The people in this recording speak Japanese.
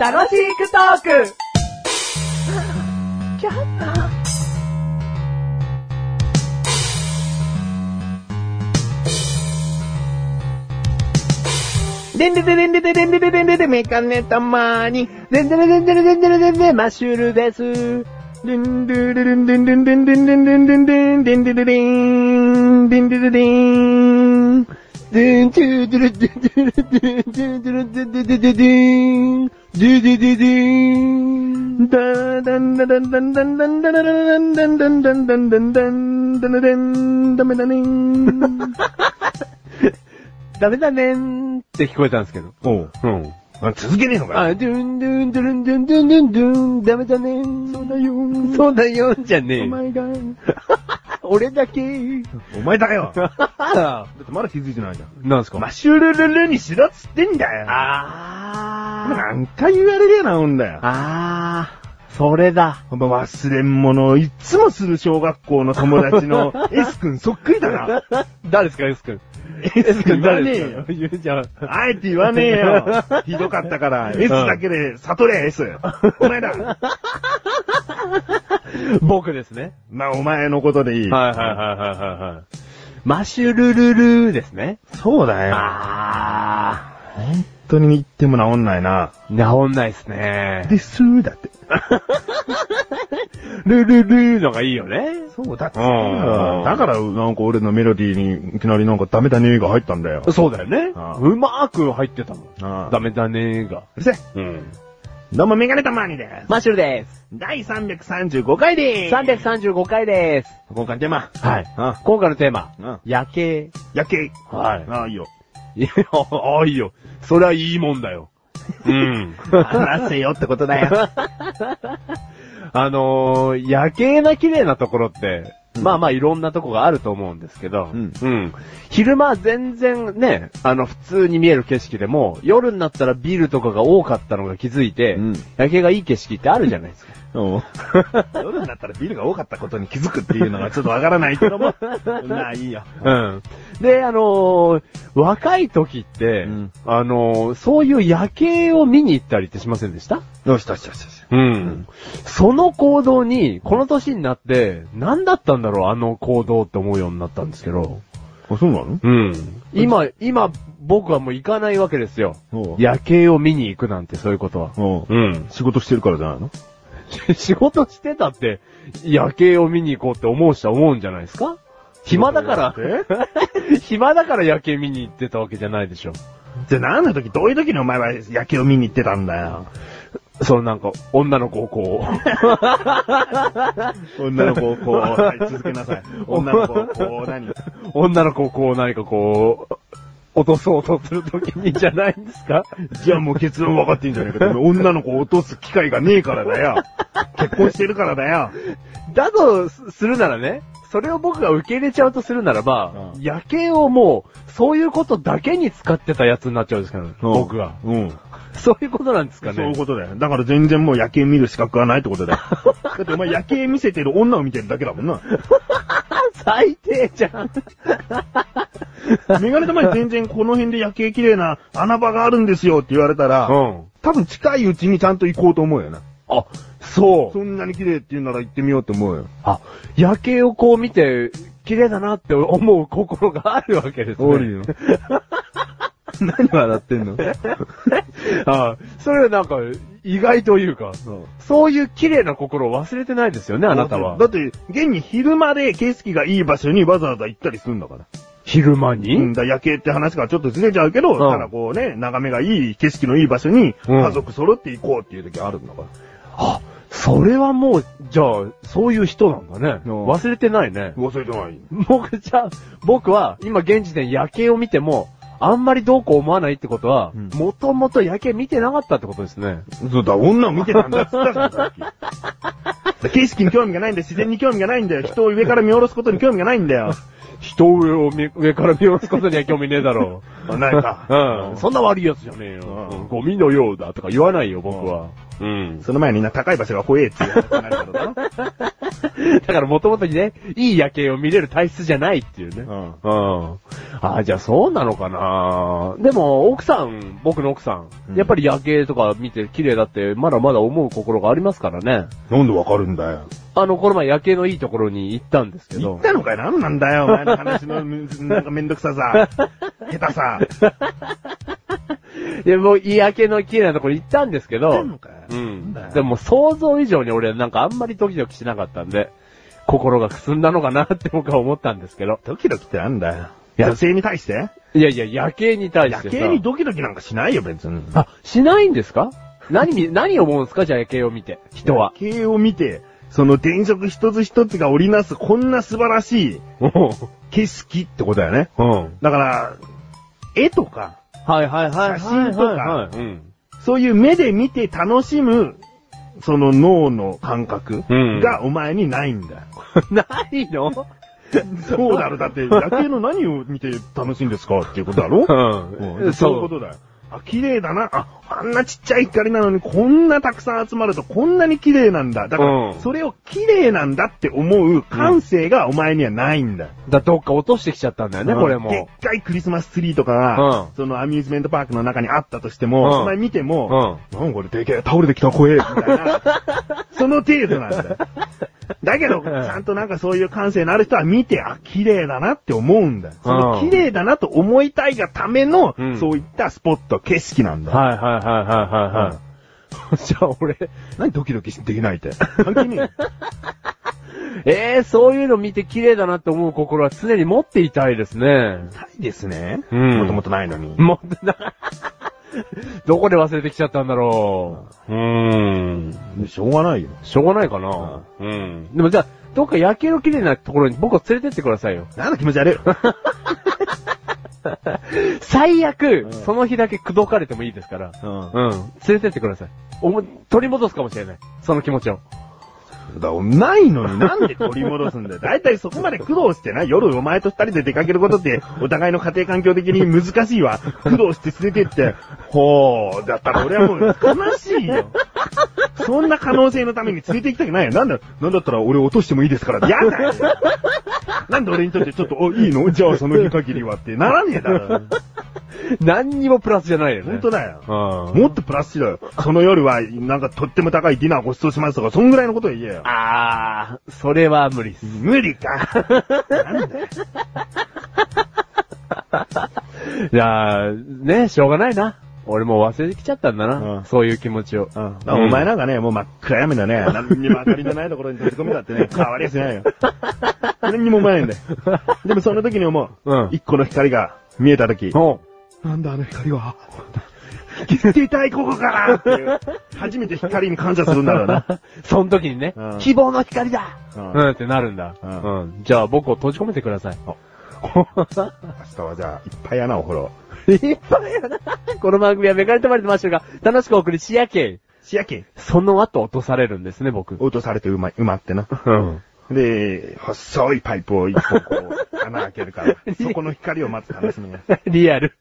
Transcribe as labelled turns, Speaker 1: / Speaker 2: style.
Speaker 1: 楽しくトークでんでででんでででんでででんででめかねたまに。でんでででんでででんでででんでマッシュルです。でんでででんでんでんでんでんでんでんでんでんでんでででん。でんでででん。でんででででででん。ででででん。だだんだだんだんだんだんだだんだんだんだんだんだんだんだんだんだめだねん。ダメだねんって聞こえたんですけど。
Speaker 2: おう。
Speaker 1: うん。
Speaker 2: あ続けねえのかよ
Speaker 1: あ、ドゥンドゥンドゥルンドゥンドゥンドゥンドゥン、ダメだねん。そうだよん。
Speaker 2: そうだよ、じゃ
Speaker 1: お
Speaker 2: ねえよ。
Speaker 1: 前が、俺だけ。
Speaker 2: お前だよ。 だ
Speaker 1: な
Speaker 2: ってまだ気づいてないじゃん。
Speaker 1: んす
Speaker 2: マッシュルルルにしろっつってんだよ。
Speaker 1: あー。
Speaker 2: 何回言われりゃなもんだよ。
Speaker 1: あー。それだ。
Speaker 2: お前忘れん物をいつもする小学校の友達 の S 君そっくりだな。
Speaker 1: 誰ですか、エス君。
Speaker 2: S 君
Speaker 1: 誰
Speaker 2: 誰
Speaker 1: ね
Speaker 2: ね
Speaker 1: え
Speaker 2: え
Speaker 1: よ
Speaker 2: よ。
Speaker 1: 言うじゃん。
Speaker 2: あえて言わねえ よ。ひどかったから、S だけで悟れ S。お前 だ。
Speaker 1: 僕ですね。
Speaker 2: まあお前のことでいい。
Speaker 1: はいはいはいはいはいはい。マシュルルルーですね。
Speaker 2: そうだよ。
Speaker 1: あ
Speaker 2: 本当に言っても治んないな。
Speaker 1: ー。治んないですね。
Speaker 2: ですだって。
Speaker 1: ルルルーのがいいよね。
Speaker 2: そうだって。だ
Speaker 1: うん
Speaker 2: から、なんか俺のメロディーにいきなりなんかダメだねが入ったんだよ。
Speaker 1: そうだよね。
Speaker 2: ああ
Speaker 1: うまーく入ってたもん。
Speaker 2: ああ
Speaker 1: ダメだねーが。
Speaker 2: うるせえ。
Speaker 1: うん。
Speaker 2: どうもメガネたまーにです。
Speaker 1: マッシュルです。
Speaker 2: 第335回でーす。
Speaker 1: 335回です。
Speaker 2: 交換テーマ。
Speaker 1: はい
Speaker 2: あ。
Speaker 1: 今回のテーマ
Speaker 2: あ。
Speaker 1: 夜景。
Speaker 2: 夜景。
Speaker 1: はい
Speaker 2: ああ、いいよ。
Speaker 1: いや、ああいいよ。それはいいもんだよ。うん。
Speaker 2: 話せよってことだよ。
Speaker 1: あのー、夜景な綺麗なところって、
Speaker 2: うん
Speaker 1: まあまあいろんなとこがあると思うんですけど、
Speaker 2: うん
Speaker 1: 昼間は全然ね、あの普通に見える景色でも、夜になったらビルとかが多かったのが気づいて、
Speaker 2: うん
Speaker 1: 夜景がいい景色ってあるじゃないですか。
Speaker 2: 夜になったらビールが多かったことに気づくっていうのがちょっとわからないけど も。まあいいよ。
Speaker 1: うん。で、あのー若い時って、
Speaker 2: うん
Speaker 1: あのーそういう夜景を見に行ったりってしませんでした
Speaker 2: よしよしよしよし。
Speaker 1: うん。その行動に、この年になって、何だったんだろう、あの行動って思うようになったんですけど。
Speaker 2: あ、そうなの
Speaker 1: うん。今、今、僕はもう行かないわけですよ。
Speaker 2: おう
Speaker 1: 夜景を見に行くなんて、そういうことは。
Speaker 2: おう
Speaker 1: うん。
Speaker 2: 仕事してるからじゃないの
Speaker 1: 仕事してたって、夜景を見に行こうって思う人は思うんじゃないですか暇だから、 暇だから夜景見に行ってたわけじゃないでしょ。
Speaker 2: じゃあ何の時、どういう時にお前は夜景を見に行ってたんだよ。
Speaker 1: そのなんか、女の子をこ
Speaker 2: 女の子をこう、はい、続けなさい。女の子をこう、何
Speaker 1: う、女の子をこう何かこう、落とそうとするときにじゃないんですか
Speaker 2: じゃあもう結論分かってんじゃねえか。でも女の子を落とす機会がねえからだよ。結婚してるからだよ。
Speaker 1: だとすするならね、それを僕が受け入れちゃうとするならば、
Speaker 2: うん
Speaker 1: 夜景をもう、そういうことだけに使ってたやつになっちゃうんですから、僕は。
Speaker 2: うん。
Speaker 1: そういうことなんですか
Speaker 2: そういう
Speaker 1: ね。
Speaker 2: ことだよ。だから全然もう夜景見る資格はないってことだ よ。だってお前夜景見せてる女を見てるだけだもんな。
Speaker 1: 最低じゃん。
Speaker 2: メガネ玉に全然この辺で夜景綺麗な穴場があるんですよって言われたら、
Speaker 1: うん。
Speaker 2: 多分近いうちにちゃんと行こうと思うよな。
Speaker 1: あ、そう
Speaker 2: そ。んなに綺麗って言うなら行ってみようって思うよ。
Speaker 1: あ、夜景をこう見て、綺麗だなって思う心があるわけですね。
Speaker 2: よ。 何笑ってんの
Speaker 1: あそれはなんか、意外というか、そういう綺麗な心を忘れてないですよね、あなたは
Speaker 2: だ。って、現に昼間で景色がいい場所にわざわざ行ったりするんだから。
Speaker 1: 昼間
Speaker 2: うん、
Speaker 1: に
Speaker 2: だ夜景って話からちょっとずれちゃうけど、
Speaker 1: ん
Speaker 2: ただこうね、眺めがいい、景色のいい場所に、
Speaker 1: うん
Speaker 2: 家族揃って行こうっていう時あるんだから。
Speaker 1: あ、それはもう、じゃあ、そういう人なんだね。
Speaker 2: うん
Speaker 1: 忘れてないね。
Speaker 2: 忘れてない。
Speaker 1: 僕じゃあ、僕は、今現時点夜景を見ても、あんまりどうこう思わないってことは、
Speaker 2: うん
Speaker 1: もともと夜景見てなかったってことですね。
Speaker 2: そうだ、女を見てたんだっつったじゃんさっきだ景色に興味がないんだよ、自然に興味がないんだよ、人を上から見下ろすことに興味がないんだよ。
Speaker 1: 人上を見上から見下ろすことには興味ねえだろ う。
Speaker 2: あないか。
Speaker 1: う ん。そんな悪いやつじゃねえよ。
Speaker 2: うん
Speaker 1: ゴミのようだとか言わないよ、僕は。うん。
Speaker 2: その前にな、高い場所が怖えっていう話になるからだな。
Speaker 1: だからもともとね、いい夜景を見れる体質じゃないっていうね。
Speaker 2: うん。
Speaker 1: うん。ああ、じゃあそうなのかなでも、奥さん、僕の奥さん
Speaker 2: う、ん
Speaker 1: やっぱり夜景とか見て綺麗だって、まだまだ思う心がありますからね。
Speaker 2: なんでわかるんだよ。
Speaker 1: あの、この前夜景のいいところに行ったんですけ
Speaker 2: 言っ
Speaker 1: ど。
Speaker 2: たのかよ。なんなんだよ、お前の話 の、なんかめんどくささ。下手さ。
Speaker 1: いや、もう夜景の綺麗なところに行ったんですけ
Speaker 2: 言った
Speaker 1: ど、
Speaker 2: のかよ。
Speaker 1: うん
Speaker 2: なんだ。よ
Speaker 1: でも想像以上に俺なんかあんまりドキドキしなかったんで、心がくすんだのかなって僕は思ったんですけど。
Speaker 2: ドキドキってなんだよ。野生に対して
Speaker 1: いやいや、夜景に対し
Speaker 2: 野
Speaker 1: てさ。
Speaker 2: 生にドキドキなんかしないよ、別に。
Speaker 1: あ、しないんですか何 見、何思うんですかじゃあ夜景を見て、人は。
Speaker 2: 夜景を見て、その電飾一つ一つが織りなすこんな素晴らしい景色ってことだよね。
Speaker 1: うん。
Speaker 2: だから、絵とか、
Speaker 1: はいはいはいはい。
Speaker 2: 写真とか
Speaker 1: はいはいうん。
Speaker 2: そういう目で見て楽しむ、その脳の感覚
Speaker 1: うん
Speaker 2: がお前にないんだよ。
Speaker 1: ないの
Speaker 2: そうだろ、だって夜景の何を見て楽しいんですかっていうことだろ、うんそういうことだよ。あ、綺麗だな。あ、あんなちっちゃい光なのにこんなたくさん集まるとこんなに綺麗なんだ。だか
Speaker 1: う
Speaker 2: ら、
Speaker 1: ん
Speaker 2: それを綺麗なんだって思う感性がお前にはないんだよ。
Speaker 1: だ、どっか落としてきちゃったんだよね、
Speaker 2: うん
Speaker 1: これ
Speaker 2: でっ
Speaker 1: も。
Speaker 2: かいクリスマスツリーとかが、
Speaker 1: うん
Speaker 2: そのアミューズメントパークの中にあったとして
Speaker 1: うん
Speaker 2: も、お前見ても、
Speaker 1: うん。
Speaker 2: なんか俺でけえ、倒れてきた、怖え、みたいな。 その程度なんだよ。だけど、ちゃんとなんかそういう感性のある人は見て、あ、綺麗だなって思うんだよ。その綺麗だなと思いたいがための、
Speaker 1: うん
Speaker 2: そういったスポット、景色なんだよ。
Speaker 1: はいはいはいはいはいはい。じゃあ俺、
Speaker 2: 何ドキドキできないって。 関係ねえよ
Speaker 1: ええそういうの見て綺麗だなって思う心は常に持っていたいですね。
Speaker 2: ないですね。
Speaker 1: うん
Speaker 2: もともとないのに。
Speaker 1: 持ってな、 どこで忘れてきちゃったんだろう。うーん。
Speaker 2: しょうがないよ。
Speaker 1: しょうがないかな。うん。でもじゃあ、どっか夜景の綺麗なところに僕を連れてってくださいよ。
Speaker 2: なんだ気持ち悪い。
Speaker 1: 最悪、
Speaker 2: うん
Speaker 1: その日だけ口説かれてもいいですから。
Speaker 2: うん
Speaker 1: うん。連れてってください。おも、取り戻すかもしれない。その気持ちを。
Speaker 2: だからないのになんで取り戻すんだよ。だいたいそこまで苦労してな。夜お前と二人で出かけることって、お互いの家庭環境的に難しいわ。苦労して連れてって、ほう、だったら俺はもう悲しいよ。そんな可能性のために連れて行きたくないよ。なんだ、なんだったら俺落としてもいいですから。嫌だよ。なんで俺にとってちょっと、お、いいのじゃあその日限りはってならねえだろ。
Speaker 1: 何にもプラスじゃないよね。
Speaker 2: 本当だよ。
Speaker 1: うん。
Speaker 2: もっとプラスしろよ。その夜は、なんかとっても高いディナーご馳走しますとか、そんぐらいのことを言えよ。
Speaker 1: あー、それは無理っす。
Speaker 2: 無理か。なんだよ。
Speaker 1: じゃあ、ね、しょうがないな。俺もう忘れてきちゃったんだな。
Speaker 2: うん
Speaker 1: そういう気持ちを。
Speaker 2: うん。だからお前なんかね、もう真っ暗闇 だね。何にも明かりのないところに閉じ込めたって ね、変わりやしないよ。何にも思えない んだよ。でもその時に思う。
Speaker 1: うん
Speaker 2: 一個の光が見えた時。
Speaker 1: おう
Speaker 2: なんだあの光は。消っていたいここからって いう。初めて光に感謝するんだろう な。
Speaker 1: その時にね、
Speaker 2: うん
Speaker 1: 希望の光だ
Speaker 2: う
Speaker 1: うんん、ってなるんだ、
Speaker 2: うん
Speaker 1: うん。じゃあ僕を閉じ込めてください。
Speaker 2: 明日はじゃあ、いっぱい穴を掘ろ
Speaker 1: いっぱいあるな。この番組はめかれてまいりましたが、楽しくお送りしやけん。
Speaker 2: う。しやけ、
Speaker 1: その後落とされるんですね、僕。
Speaker 2: 落とされてうまい、埋まってな。
Speaker 1: うん。
Speaker 2: で、細いパイプ を一本こう、穴開けるから、そこの光を待つ楽しみが。
Speaker 1: リアル。